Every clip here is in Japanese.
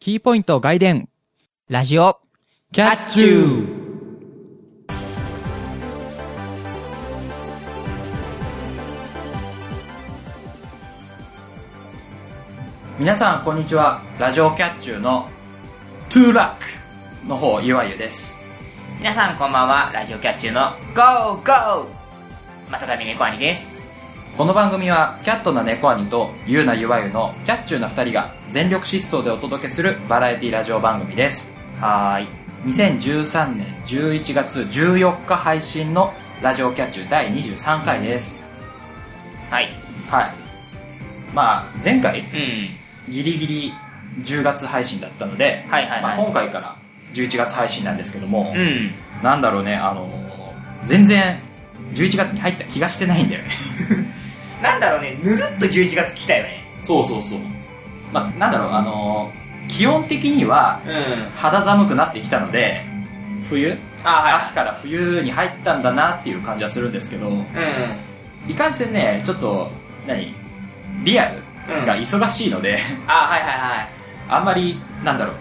キーポイント外伝。ラジオ、キャッチュー皆さんこんにちはラジオキャッチューのトゥーラックの方ゆわゆです皆さんこんばんはラジオキャッチューの GO!GO! またたび猫兄ですこの番組はキャットな猫兄とゆうなゆわゆのキャッチューな2人が全力疾走でお届けするバラエティラジオ番組ですはーい2013年11月14日配信のラジオキャッチュー第23回ですはいはいまあ前回うんギリギリ10月配信だったので、はいはいはいまあ、今回から11月配信なんですけども、うんなんだろうね、あのー全然11月に入った気がしてないんだよねなんだろうね、ぬるっと11月来たよね。そうそうそうまあなんだろうあのー気温的にはうん。肌寒くなってきたので冬あ、秋から冬に入ったんだなっていう感じはするんですけどはい。いかんせんねちょっと何リアルが忙しいので、 うん。あ、はいはいはい。あんまりなんだろ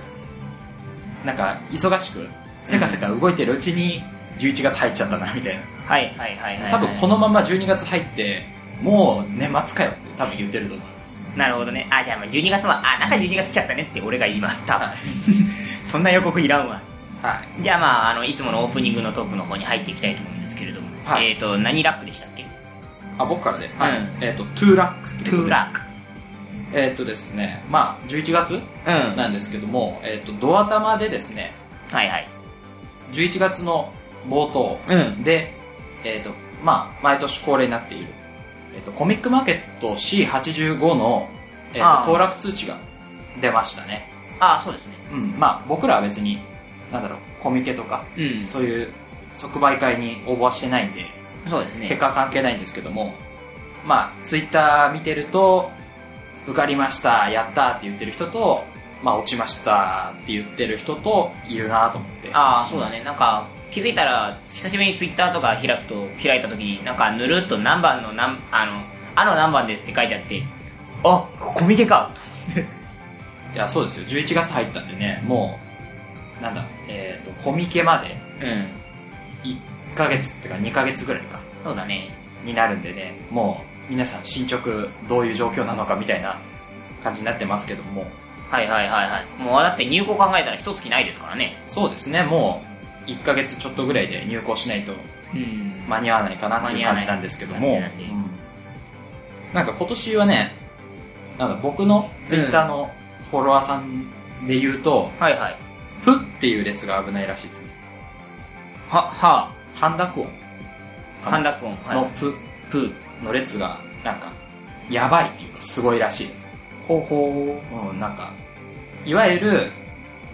うなんか忙しくせかせか動いてるうちに11月入っちゃったなみたいなはいはいはいはい多分このまま12月入ってもう年末かよって多分言ってると思いますなるほどねあじゃあもう12月はあなんか12月来ちゃったねって俺が言います多分そんな予告いらんわはいじゃあまああのいつものオープニングのトークの方に入っていきたいと思うんですけれども、はいえっ、ー、と何ラックでしたっけあ僕からで、はいえっ、とトゥーラックということでトゥーラックえっ、とですねまあ11月うんなんですけども、えっとドア玉でですねはいはい11月の冒頭うんで、えっ、とまあ毎年恒例になっている、えっとコミックマーケット C85 の、えっとああ当落通知が出ましたねあそうですねうんまあ僕らは別になんだろうコミケとかうんそそういう即売会に応募はしてないんで、うですね結果は関係ないんですけども、まあ、ツイッター見てると、受かりました、やったって言ってる人と、まあ、落ちましたって言ってる人といるなと思って。ああそうだねなんか気づいたら久しぶりにツイッターとか開くと開いた時になんかぬるっと何番の何あのあの何番ですって書いてあってあコミケかいや、そうですよ。11月入ったんでね、もう、なんだ、えっ、と、コミケまでうん1ヶ月っていうか2ヶ月ぐらいか、そうだねになるんでね、もう、皆さん進捗どういう状況なのかみたいな感じになってますけども、はいはいはいはいもうだって入稿考えたら一月ないですからねそうですね、もう、1ヶ月ちょっとぐらいで入校しないとうん間に合わないかなっていう感じなんですけど間にも合わないうんなんか今年はねなんか僕のツイッターのフォロワーさんで言うとはいはい「プ」っていう列が危ないらしいですねはは半濁音あ半濁音のは「プいプー」の列がなんかやばいっていうかすごいらしいですほほうんなんかいわゆる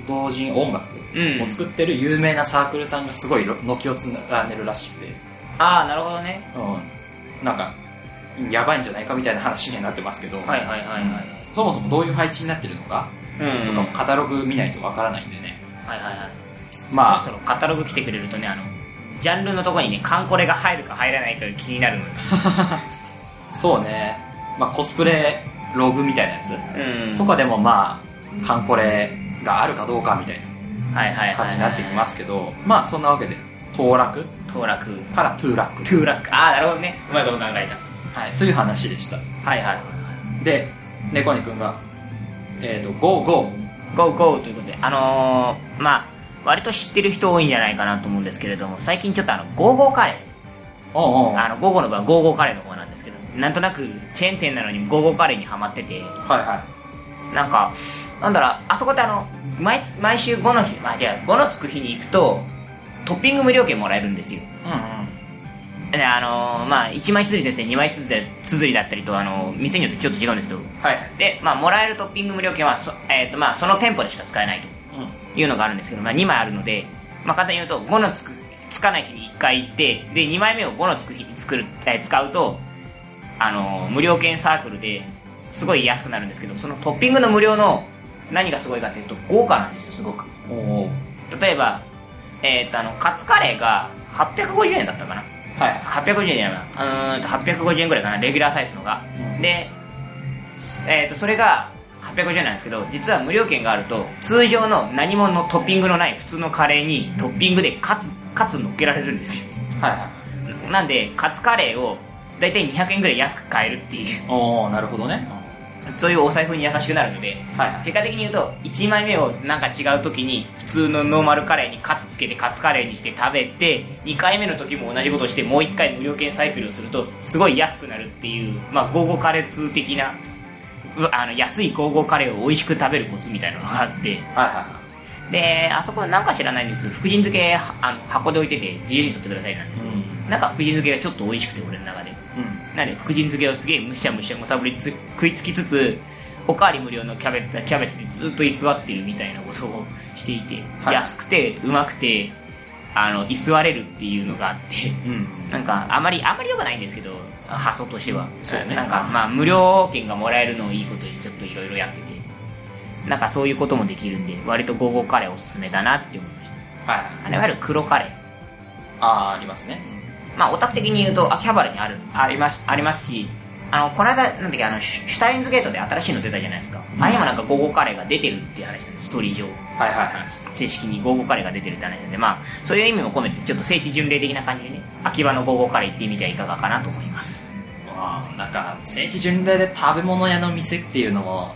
同人音楽うんを作ってる有名なサークルさんがすごい軒を連ねるらしくてああなるほどねうん、なんかやばいんじゃないかみたいな話にはなってますけど、はいはいはいはいそもそもどういう配置になってるのか、うんとかもカタログ見ないとわからないんでねはいはいはいまそろそろカタログ来てくれるとねあのジャンルのとこにねカンコレが入るか入らないかが気になるのよあそうね、まあ、コスプレログみたいなやつ、うんとかでもまあカンコレがあるかどうかみたいはいはいはいはない感じになってきますけどまあそんなわけで当落当落からトゥーラックトゥーラックああなるほどねうまいこと考えはい、という話でしたたはいはいはいで猫にくんがえっ、とゴーゴゴーゴーということであのー、まあ割と知ってる人多いんじゃないかなと思うんですけれども最近ちょっとあのゴーゴーカレーおうおうーあのゴーゴーの場合はゴーゴーカレーの方なんですけどなんとなくチェーン店なのにゴーゴーカレーにハマっててはいはなんかなんだろうあそこってあの毎つ毎週5の日まあじゃあ5のつく日に行くとトッピング無料券もらえるんですよいうんうんであのー、まあ1枚つづりだったり2枚つづりつづりだったりとあの店によってちょっと違うんですけどはいはいで、まあ、もらえるトッピング無料券はそ,、えーとまあ、その店舗でしか使えないというのがあるんですけど、まあ、2枚あるので、まあ、簡単に言うと5のつくつかない日に1回行ってで2枚目を5のつく日に作る、えー使うと、あのー無料券サークルですごい安くなるんですけどそのトッピングの無料の何がすごいかというと豪華なんですよすごくおおう例えば、えー、とあのカツカレーが850円だったかなはいはい850円じゃないなうーんと850円ぐらいかなレギュラーサイズのが、うんで、すえー、とそれが850円なんですけど実は無料券があると通常の何ものトッピングのない普通のカレーにトッピングでカツカツ乗っけられるんですよはいはいなんでカツカレーを大体200円ぐらい安く買えるっていうおおなるほどねそういうお財布に優しくなるのではいはい結果的に言うと1枚目をなんか違う時に普通のノーマルカレーにカツつけてカツカレーにして食べて2回目の時も同じことをしてもう1回無料券サイクルをするとすごい安くなるっていうまあゴーゴーカレー通的なうあの安いゴーゴーカレーを美味しく食べるコツみたいなのがあっはていはいであそこなんか知らないんですけど福神漬けはあの箱で置いてて自由に取ってくださいなんてうんなんか福神漬けがちょっと美味しくて俺の中でうんなんで福神漬けをすげえむしゃむしゃむさぶりつ食いつきつつおかわり無料のキャベツキャベツでずっと居座ってるみたいなことをしていて、はい安くてうまくてあの居座れるっていうのがあってうんなんかあまりあまり良くないんですけど発想としてはそうねなんかまあ無料券がもらえるのをいいことにちょっといろいろやっててなんかそういうこともできるんで割とゴーゴーカレーおすすめだなって思いましはいはいたあのいわゆる黒カレーああーありますねまあ、オタク的に言うと秋葉原にあるありますありますしあのこの間なんだっけあのシュシュタインズゲートで新しいの出たじゃないですか、あれにもなんかゴーゴーカレーが出てるっていう話なんですストーリー上はいはいはい正式にゴーゴーカレーが出てるって話なんでまあそういう意味も込めてちょっと聖地巡礼的な感じでね秋葉のゴーゴーカレー行ってみてはいかがかなと思いますあーなんか聖地巡礼で食べ物屋の店っていうのも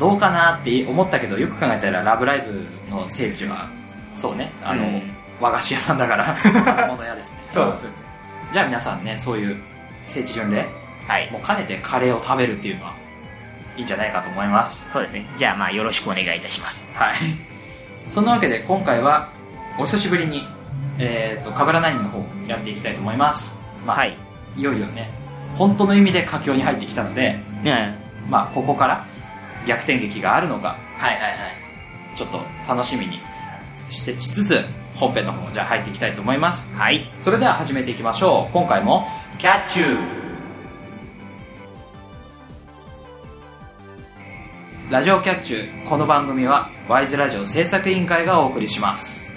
どうかなって思ったけどよく考えたら「ラブライブ!」の聖地はそうねあの、うん和菓子屋さんだから食べ物屋 ですねそうですじゃあ皆さんねそういう聖地巡礼はいもう兼ねてカレーを食べるっていうのはいいんじゃないかと思いますそうですねじゃあまあよろしくお願いいたしますはいそんなわけで今回はお久しぶりにえっ、とかぶらナインの方やっていきたいと思いますまあ、、はいいよいよね本当の意味で佳境に入ってきたのでうんはいまあここから逆転劇があるのかはいはいちょっと楽しみにしてしつつ本編の方じゃあ入っていきたいと思いますはいそれでは始めていきましょう今回もキャッチューラジオキャッチュこの番組はワイズラジオ制作委員会がお送りします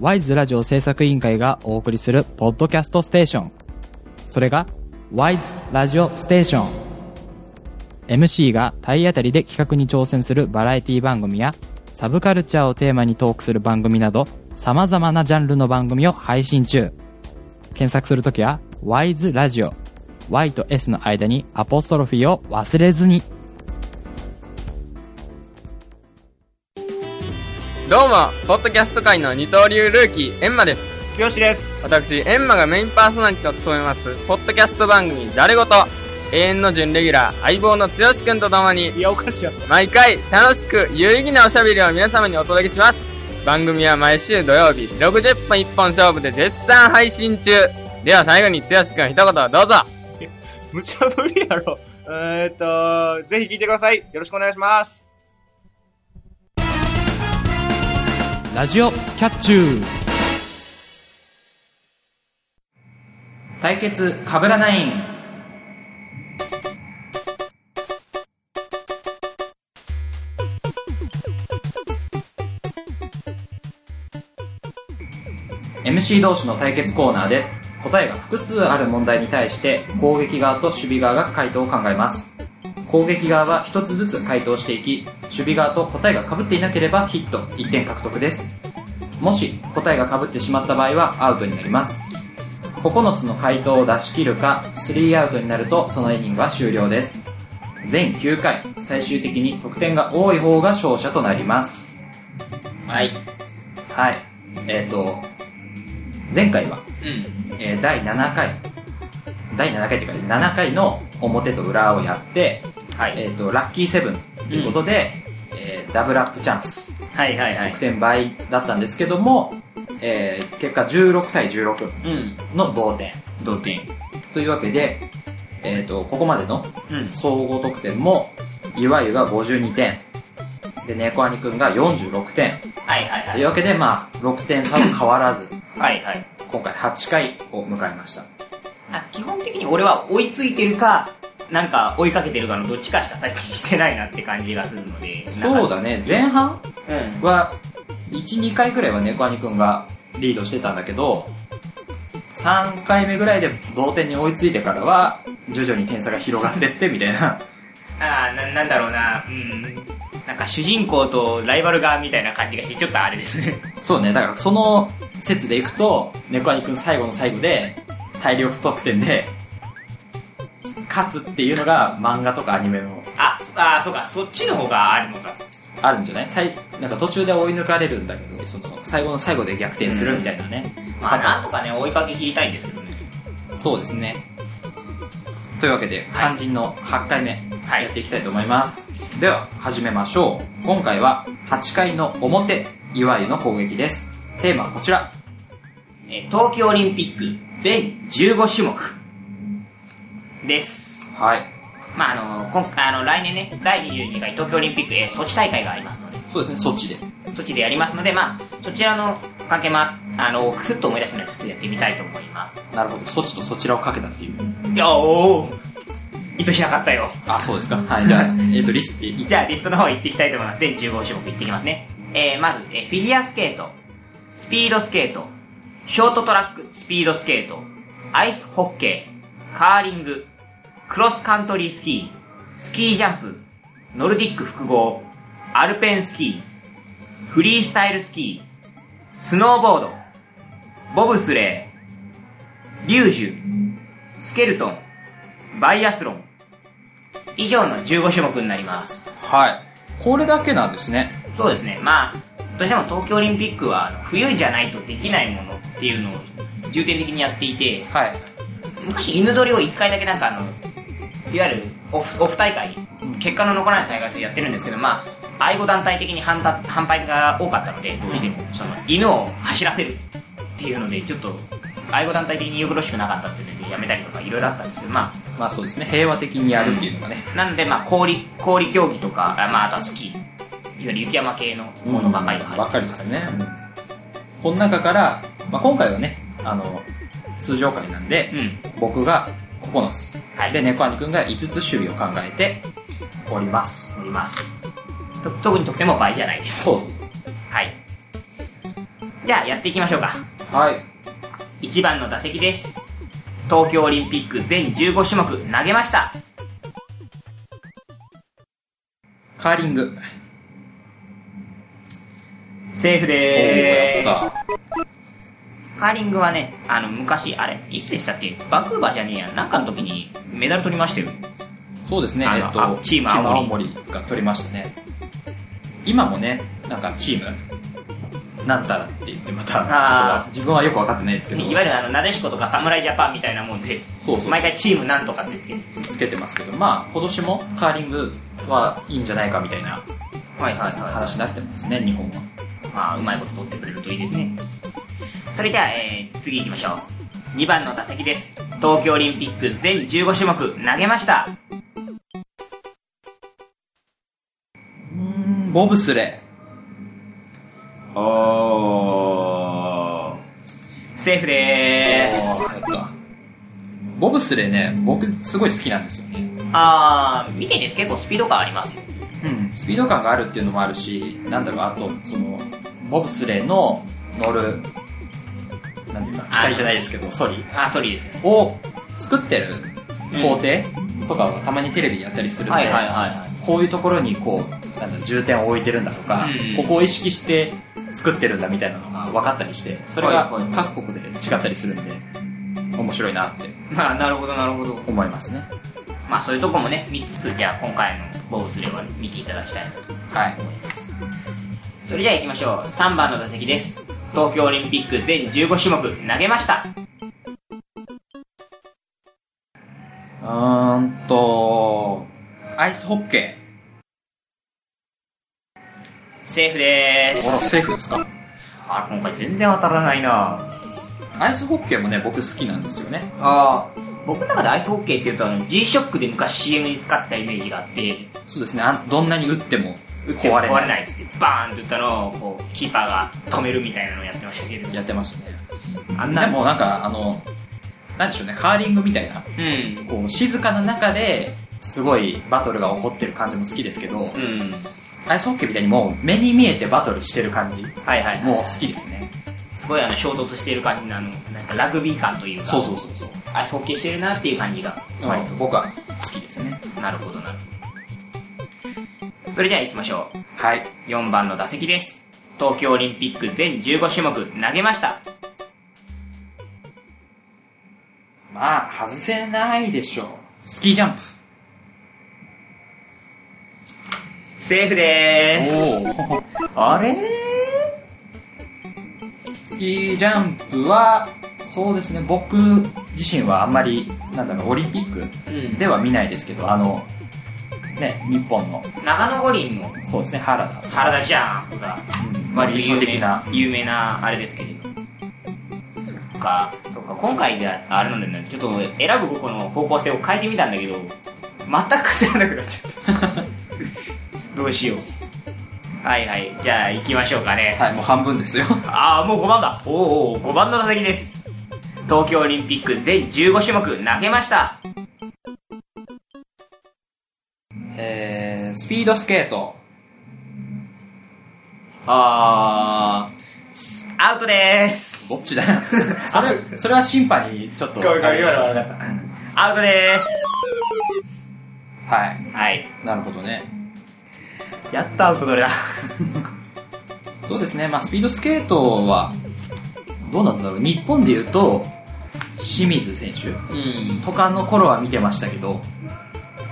ワイズラジオ制作委員会がお送りするポッドキャストステーションそれがワイズラジオステーション MC が体当たりで企画に挑戦するバラエティ番組やサブカルチャーをテーマにトークする番組など様々なジャンルの番組を配信中検索するときは WISE ラジオ Y と S の間にアポストロフィーを忘れずにどうも、ポッドキャスト界の二刀流ルーキー、エンマです。清志です私、エンマがメインパーソナリティを務めます、ポッドキャスト番組、誰ごと、永遠の準レギュラー、相棒の剛くんと共に、いやおかしいや毎回楽しく有意義なおしゃべりを皆様にお届けします。番組は毎週土曜日、60分一本勝負で絶賛配信中。では最後に剛くん一言どうぞ。無茶ぶりやろえーっとぜひ聞いてくださいよろしくお願いしますラジオキャッチュー対決かぶらないんMC 同士の対決コーナーです答えが複数ある問題に対して攻撃側と守備側が回答を考えます攻撃側は1つずつ回答していき守備側と答えが被っていなければヒット1点獲得ですもし答えが被ってしまった場合はアウトになります9つの回答を出し切るか3アウトになるとそのイニングは終了です全9回最終的に得点が多い方が勝者となりますはい。はいえっ、と前回はうん。えー第7回第7回っていうか7回の表と裏をやって、はいえー、とラッキーセブンということで、えーダブルアップチャンスはいはいは得点倍だったんですけども、えー結果16対16うんの同点同点というわけで、えー、とここまでのうん総合得点もいわゆが52点で猫兄くんが46点はいはいとはいいうわけで、まあ、6点差と変わらずはいはい今回8回を迎えま したあ基本的に俺は追いついてるかなんか追いかけてるかのどっちかしか最近してないなって感じがするのでそうだだね前半うんは12回ぐらいは猫兄くんがリードしてたんだけど3回目ぐらいで同点に追いついてからは徐々に点差が広がってってみたいな ああななんだろうなうんなんか主人公とライバルがみたいな感じがしてちょっとあれですね そうねだからその説でいくと猫兄くん最後の最後で体力得点で勝つっていうのが漫画とかアニメのああそうかそっちの方があるのかあるんじゃない最なんか途中で追い抜かれるんだけどその最後の最後で逆転するみたいなね、まあなんとかね追いかけ切りたいんですけどねそうですねというわけで肝心の8回目やっていきたいと思います、では始めましょう今回は8回の表いわゆの攻撃ですテーマはこちらえー東京オリンピック全15種目ですはいまああの今あの来年ね第22回東京オリンピック、えー、ソチ大会がありますのでそうですね措置でそっちでやりますので、まあ、そちらの関係もああの、ふっと思い出したので、ちょっとやってみたいと思います。なるほど措置とそちらをかけたっていういや、おお意図しなかったよ。あそうですかはいじゃあえっとリスっていじゃあ、リストの方行っていきたいと思います。全15種目行ってきますね。えー、まず、えーフィギュアスケート、スピードスケート、ショートトラック、スピードスケート、アイスホッケー、カーリング、クロスカントリースキー、スキージャンプ、ノルディック複合、アルペンスキー、フリースタイルスキー、スノーボード、ボブスレー、リュージュ、スケルトン、バイアスロン。以上の15種目になります。はいこれだけなんですねそうですね、まあ、どうしても東京オリンピックはあの冬じゃないとできないものっていうのを重点的にやっていて、はい昔、犬取りを1回だけなんかあの、いわゆるオフオフ大会、結果の残らない大会でやってるんですけど、まあ、愛護団体的に反発反敗が多かったので、どうしても、その犬を走らせるっていうので、ちょっと愛護団体的によろしくなかったっていうので、やめたりとか、いろいろあったんですけど、まあ、まあそうですね平和的にやるっていうのがね、なので、まあ、氷、氷競技とか、あまあ、あとはスキー、いわゆる雪山系のものばかりが入ってばっかりですね、この中から、まあ、今回はねあの通常回なんで、うん。僕が9つ、はいで猫兄くんが5つ守備を考えておりますおりますと特に得点も倍じゃないですそうはいじゃあやっていきましょうかはい1番の打席です東京オリンピック全15種目投げましたカーリングセーフおでーやーっすカーリングはねあの昔あれいつでしたっけバンクーバーじゃねえやなんかの時にメダル取りましたよたそうですねあえのっとあチーム青森が取りましたね今もねなんかチームなんたらって言ってまたちょっとあー自分はよく分かってないですけどいわゆるあのなでしことか侍ジャパンみたいなもんでそうそう毎回チームなんとかってつけてるつけてますけどまあ今年もカーリングはいいんじゃないかみたいなはいはいはい話になってますね日本はまあ、うまいこと取ってくれるといいですね。それでは、えー、次行きましょう。2番の打席です。東京オリンピック全15種目投げました。ボブスレおー。セーフーでーす。おー入ったボブスレーね僕すごい好きなんですよねあー、見てです。結構スピード感ありますよ。うんスピード感があるっていうのもあるしなんだろうあとそのボブスレーの乗るなんていうか機械じゃないですけどソリあー、ソリですね。を作ってる工程とかはたまにテレビでやったりするんで、はいはいはいはい。こういうところにこうなんだ重点を置いてるんだとか、うんここを意識して作ってるんだみたいなのが分かったりしてそれがはいはい各国で違ったりするんで面白いなってまあ、なるほどなるほど。思いますねまあ、そういうとこもね、見つつ、じゃあ今回のボブスレーは見ていただきたいなとはい思います。それでは行きましょう。3番の打席です。東京オリンピック全15種目投げました。うーんとアイスホッケセーフでーーすあ。らセーフですかあ今回全然当たらないなアイスホッケーもね僕好きなんですよねあー僕の中でアイスホッケーっていうとあの G ショックで昔 CM に使ってたイメージがあってそうですねあどんなに打っても打っても壊れ壊なれいないっつってバーンって打ったのをこうキーパーが止めるみたいなのをやってましたけどやってましたねあんでなもなんかあのなんでしょうねカーリングみたいなうんこう静かな中ですごいバトルが起こってる感じも好きですけど、うん体操系みたいにもう目に見えてバトルしてる感じはいはいもう好きですねすごいあの衝突している感じのあのなんかラグビー感というかそうそうそうそうアイスホッケーしてるなっていう感じが割と僕は好きですねなるほどなるほどそれでは行きましょうはい4番の打席です東京オリンピック全15種目投げましたまあ外せないでしょうスキージャンプセーフでーおおすあれスキージャンプはそうですね僕自身はあんまりなんだろうオリンピックうんでは見ないですけどあのね日本の長野五輪のそうですね原田、原田ジャンプがうん、割割とと有印象名的な有名なあれですけれどそっかそっか今回であれなんだよねちょっと選ぶここの方向性を変えてみたんだけど全く稼がなくなっちゃった どうしようはいはいじゃあ行きましょうかねはいもう半分ですよああもう5番だおうおう5番の打席です東京オリンピック全15種目投げましたえー、スピードスケートあーアウトでーすどっちだ よそれそれは審判にちょっとごめんごめん今のは分アウトでーすはいはいなるほどねやっとアウトどれだそうですね、まあ、スピードスケートはどうなんだろう日本でいうと清水選手うんとかの頃は見てましたけど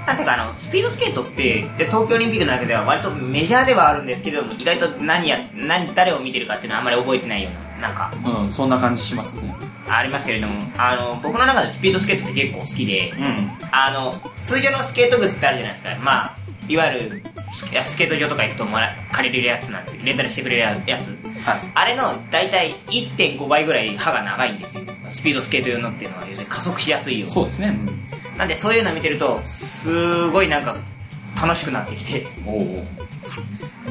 なんていうかあのスピードスケートってで東京オリンピックの中では割とメジャーではあるんですけども意外と何や何誰を見てるかっていうのはあんまり覚えてないようななんかうんそんな感じしますねありますけれどもあの僕の中でスピードスケートって結構好きでうんあの通常のスケート靴ってあるじゃないですかまあいわゆるスケスケート場とか行くともら借りれるやつなんですレンタルしてくれるやつはいあれの大体1.5倍ぐらい歯が長いんですよスピードスケート用のっていうのは要するに加速しやすいようにそうですね、なんでそういうの見てるとすごいなんか楽しくなってきてうん、お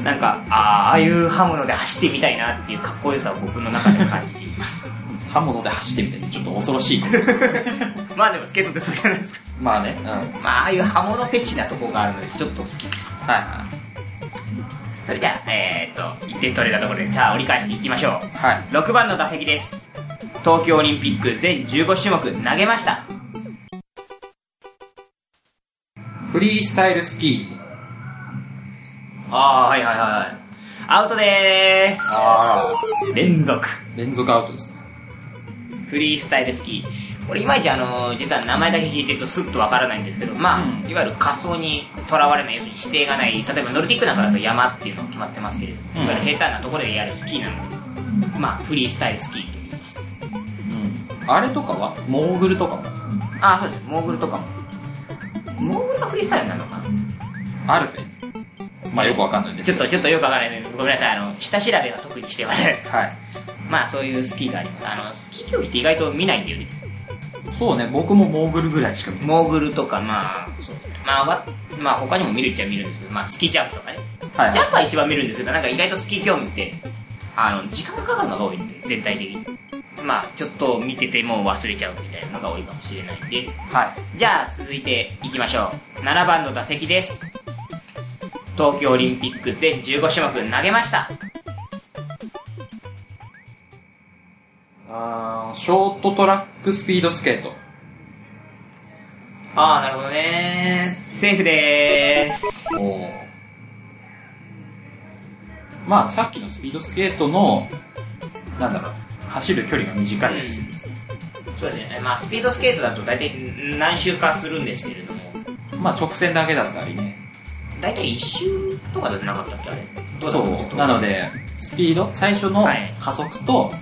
おなんかあーああいう刃物で走ってみたいなっていうかっこよさを僕の中で感じています刃物で走ってみたいでちょっと恐ろしいね まあでもスケートってそうじゃないですかまあねうんはいまあああいう刃物フェチなとこがあるのでちょっと好きですはそれではえー、っと1点取れたところでさあ折り返していきましょいはいう6番の打席です東京オリンピック全15種目投げましたフリースタイルスキーああはいはいはいアウトでーあす連続あ連続アウトですねフリースタイルスキーこれいまいちあの実は名前だけ聞いてるとスッとわからないんですけどまあ、うんいわゆる仮想にとらわれない要するに指定がない例えばノルディックなんかだと山っていうのが決まってますけれど、うんいわゆる平坦なところでやるスキーなのでまあフリースタイルスキーと言いますうんあれとかはモーグルとかもああそうですモーグルとかもモーグルがフリースタイルなのかなアルペまあよくわかんないですちょっけどとちょっとよくわからないのでごめんなさいあの下調べは特にして ませんはいまあそういうスキーがありますあのスキー競技って意外と見ないんだよねそうね僕もモーグルぐらいしか見てないモーグルとかまあそうだねまあわまあ他にも見るっちゃ見るんですけどまあスキージャンプとかねはいジャンプは一番見るんですけど、なんか意外とスキー興味って、あの、時間がかかるのが多いんで、全体的に。まあ、ちょっと見ててもう忘れちゃうみたいなのが多いかもしれないです。はいじゃあ、続いていきましょう。7番の打席です。東京オリンピック全15種目投げました。あーショートトラックスピードスケートああ、なるほどねセーフでーす。おーまあさっきのスピードスケートのなんだろう走る距離が短いやつですね、そうですね。まあ、スピードスケートだと大体何周かするんですけれども、まあ直線だけだったりね大体1周とかじゃなかったっけ、あれ。どだそったっけうなのでスピード最初のはい加速と、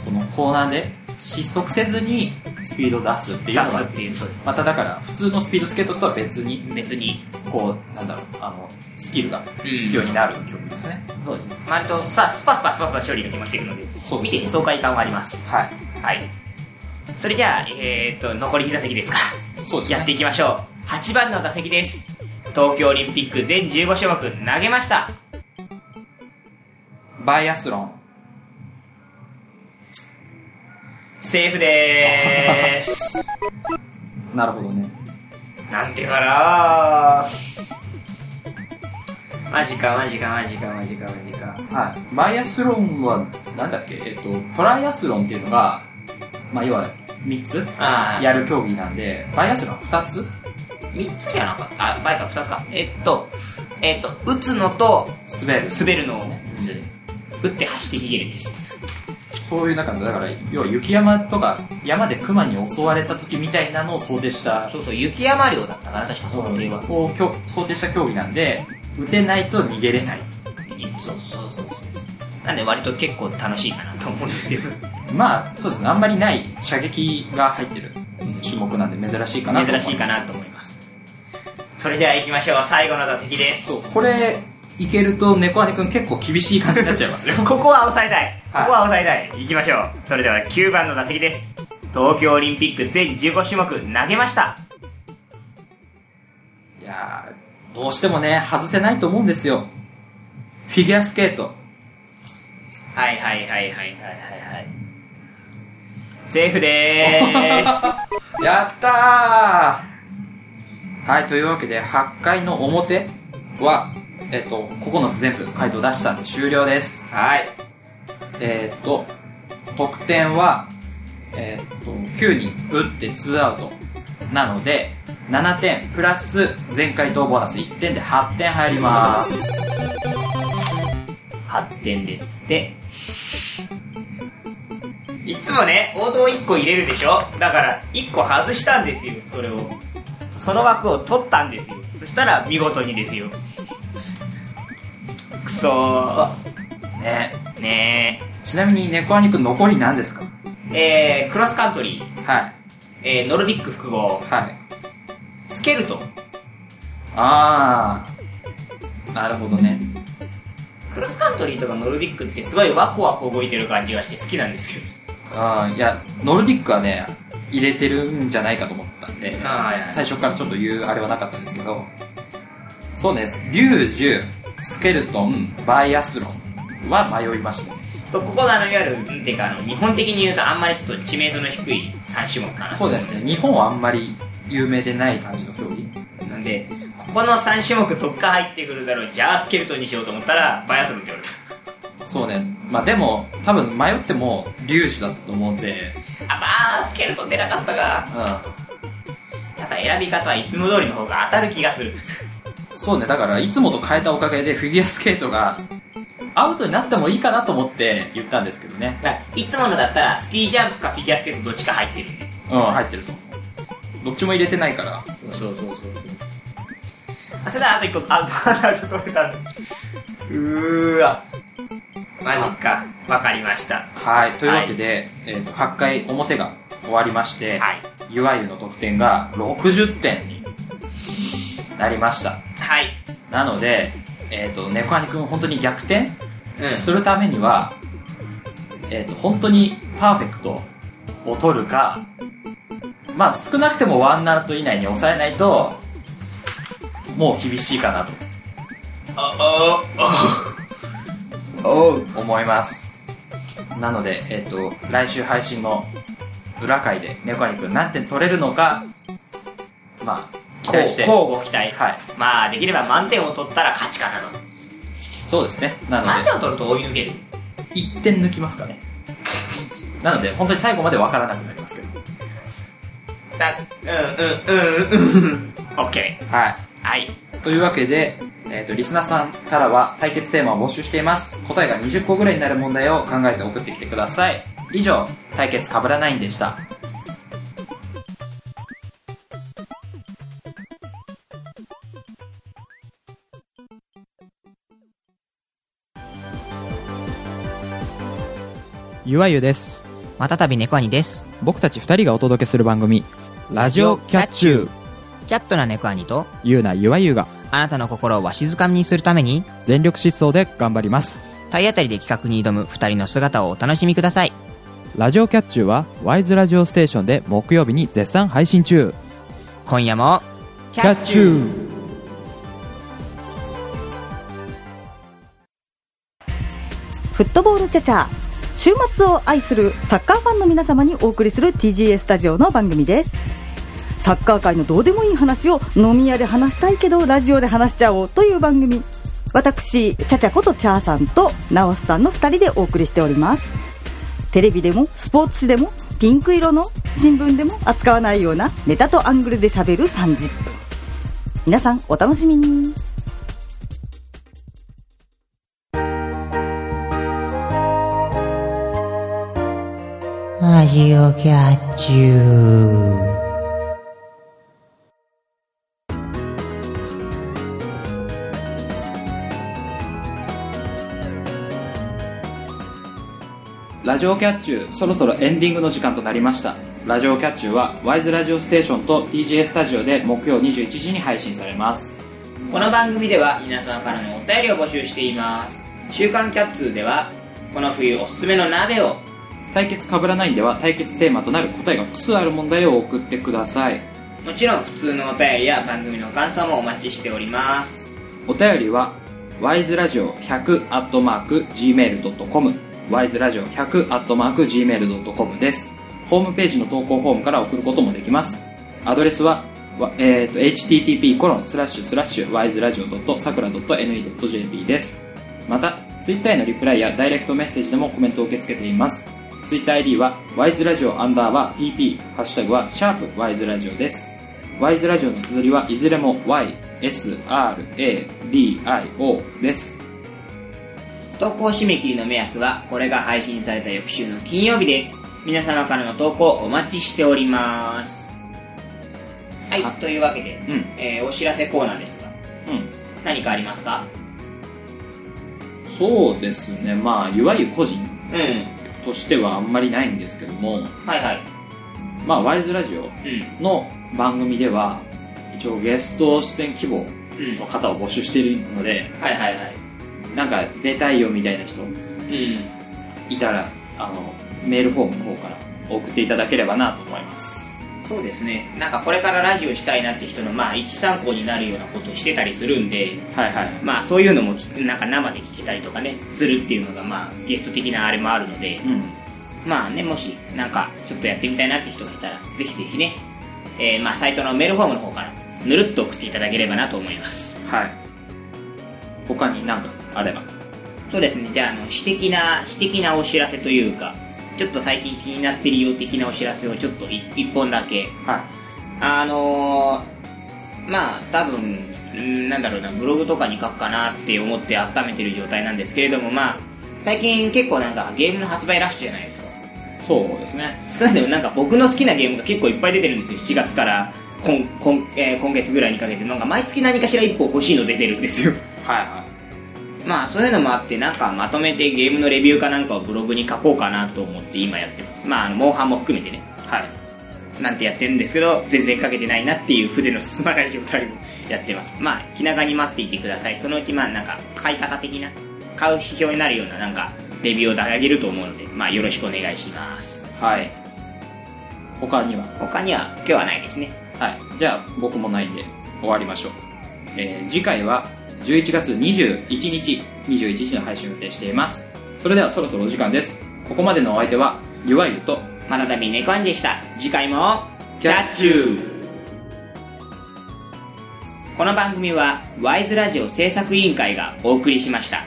そのコーナーで失速せずにスピードを出すっていうの出すがっていう、そうですね。まただから普通のスピードスケートとは別に別にこうなんだろうあのスキルが必要になる競技ですね、そうですね。割とさ、スパスパスパスパ処理が決まっていくので、そう見ですてて爽快感はあります。はいはい。それじゃあ、えー、っと、残り2打席ですか。そうですねやっていきましょう。8番の打席です。東京オリンピック全15種目投げました。バイアスロンセーフでーす。なるほどねなんていうかなマジかマジかマジかマジかマジかはい、バイアスロンは、なんだっけ、えっと、トライアスロンっていうのが、まあ、要は3つああやる競技なんで、バイアスロンは2つ3つじゃなかったあバイクは2つかえっとえっと打つのと滑る。滑るのを打って走って逃げるですそういう中の、だから、要は雪山とか、山で熊に襲われた時みたいなのを想定した、そうそう雪山漁だったかな確かそそうのを時はきょ想定した競技なんで、打てないと逃げれない。そうそうそうそうなんで割と結構楽しいかなと思うんですよまあ、そうだね、あんまりない射撃が入ってる種目なんで珍しいかなと思い珍ます。しいかなと思いますそれでは行きましょう最後の打席ですそう、これ、いけると猫姉くん結構厳しい感じになっちゃいますよ。ここは抑えたい。こはいこは抑えたい。行きましょう。それでは9番の打席です。東京オリンピック全15種目投げました。いやー、どうしてもね、外せないと思うんですよ。フィギュアスケート。はいはいはいはいはいはいはい。セーフでーやったーはい、というわけで、8回の表は、えっと、9つ全部回答出したんで終了です。はいえっと、得点は、えっと、9人打って2アウト。なので、7点プラス前回答ボーナス1点で8点入ります。す。8点ですって。いつもね王道1個入れるでしょだから、1個外したんですよ、それを。その枠を取ったんですよ。そしたら、見事にですよ。くそー。ねねちなみに、猫兄くん残り何ですかえ。えー、クロスカントリー、はい。えー、ノルディック複合、はい。スケルトン。ああなるほどねクロスカントリーとかノルディックってすごいワコワコ動いてる感じがして好きなんですけどあーいやノルディックはね入れてるんじゃないかと思ったんであーはいはい最初からちょっと言うあれはなかったんですけどそうですリュージュスケルトンバイアスロンは迷いましたねそうここがあのいわゆるうんっていうかあの日本的に言うとあんまりちょっと知名度の低い3種目かなそうですね日本はあんまり有名でない感じの競技なんでここの3種目特化入ってくるだろうじゃあスケルトンにしようと思ったらバイアスロンって言われたそうねまあでも多分迷ってもリュージュだったと思うんであまあスケルトン出なかったがうやっぱ選び方はいつも通りの方が当たる気がするんそうねだからいつもと変えたおかげでフィギュアスケートがアウトになってもいいかなと思って言ったんですけどねだからいつものだったらスキージャンプかフィギュアスケートどっちか入ってるんでうん入ってると思うどっちも入れてないからそうそうそうそうあそれであと1個 アウトアウト取れたんだうーわマジかわかりましたはいというわけで、えーと8回表が終わりまして、はいいわゆるの得点が60点になりましたはいなのでえっ、と猫兄くん本当に逆転うんするためには、えっ、と本当にパーフェクトを取るかまあ少なくてもワンアウト以内に抑えないともう厳しいかなあと思いますなので、えっと来週配信の裏回で猫兄くん何点取れるのかまあ期待して交互期待はいまあできれば満点を取ったら勝ちかなとそうですねなの満で点を取ると追い抜ける1点抜きますかねなので本当に最後まで分からなくなりますけどだうんうんうんうん OK はいはいというわけで、えー、とリスナーさんからは対決テーマを募集しています答えが20個ぐらいになる問題を考えて送ってきてください以上対決かぶらないんでしたゆわゆですまたたび猫兄です。僕たち2人がお届けする番組「ラジオキャッチューキャットな猫兄と、」ゆうなゆわゆがあなたの心をわしづかみにするために、全力疾走で頑張ります体当たりで企画に挑む二人の姿をお楽しみください。ラジオキャッチューはワイズラジオステーションで木曜日に絶賛配信中今夜も、キューフットボールチャチャ週末を愛するサッカーファンの皆様にお送りする TGA スタジオの番組ですサッカー界のどうでもいい話を飲み屋で話したいけどラジオで話しちゃおうという番組私チャチャことチャーさんとナオスさんの2人でお送りしておりますテレビでもスポーツ紙でもピンク色の新聞でも扱わないようなネタとアングルで喋る30分皆さんお楽しみにラジオキャッチュー。ラジオキャッチューそろそろエンディングの時間となりましたラジオキャッチューはワイズラジオステーションと TGA スタジオで木曜21時に配信されますこの番組では皆様からのお便りを募集しています「週刊キャッツ」ではこの冬おすすめの鍋を対決かぶらないんでは対決テーマとなる答えが複数ある問題を送ってくださいもちろん普通のお便りや番組の感想もお待ちしておりますお便りは wiseradio100-gmail.com wiseradio100-gmail.com ですホームページの投稿フォームから送ることもできますアドレスはわえー、と http コロンスラッシュスラッシュ wiseradio.sakura.ne.jp ですまたツイッターへのリプライやダイレクトメッセージでもコメントを受け付けていますツイッター ID は wiseradio アンダーバー pp ハッシュタグはシャープ wiseradio ですワイズラジオの綴りはいずれも YSRADIO です。投稿締め切りの目安はこれが配信された翌週の金曜日です皆様からの投稿お待ちしておりますはいあというわけで、うん。えーお知らせコーナーですがう何かありますかん。そうですね。まあ、いわゆる個人うんとしてはあんまりないんですけども、はいはいまあ、ワイズラジうんオの番組では、一応ゲスト出演希望うんの方を募集しているので、はいはいはいなんか出たいよみたいな人うんいたら、あの、メールフォームの方から送っていただければなと思います。そうですねなんかこれからラジオしたいなって人のまあ一参考になるようなことをしてたりするんではいはい。まあそういうのもきなんか生で聞けたりとかねするっていうのがまあゲスト的なあれもあるのでうん。まあねもしなんかちょっとやってみたいなって人がいたらぜひぜひね、えーまあサイトのメールフォームの方からぬるっと送っていただければなと思いますはい。他になんかあれば。そうですねじゃああの私的な私的なお知らせというかちょっと最近気になってるよう的なお知らせをちょっとい一本だけはい。あのーまあ多分うんなんだろうなブログとかに書くかなって思って温めてる状態なんですけれどもまあ最近結構なんかゲームの発売ラッシュじゃないですかそうですね。少なくともなんか僕の好きなゲームが結構いっぱい出てるんですよ7月から今今,、えー今月ぐらいにかけてなんか毎月何かしら1本欲しいの出てるんですよ はいはまあそういうのもあってなんかまとめてゲームのレビューかなんかをブログに書こうかなと思って今やってますまああのモンハンも含めてねい。はい。なんてやってるんですけど全然かけてないなっていう筆の進まない状態をやってますまあ気長に待っていてくださいそのうちまあなんか買い方的な買う指標になるようななんかレビューを出上げると思うのでまあよろしくお願いしますはい。他には他には今日はないですねはい。じゃあ、僕もないんで、終わりましょう。えー次回は、11月21日、21時の配信を予定しています。それではそろそろお時間です。ここまでのお相手は、ゆわゆと、またたびネコアンでした次回もキャッチューこの番組はワイズラジオ制作委員会がお送りしました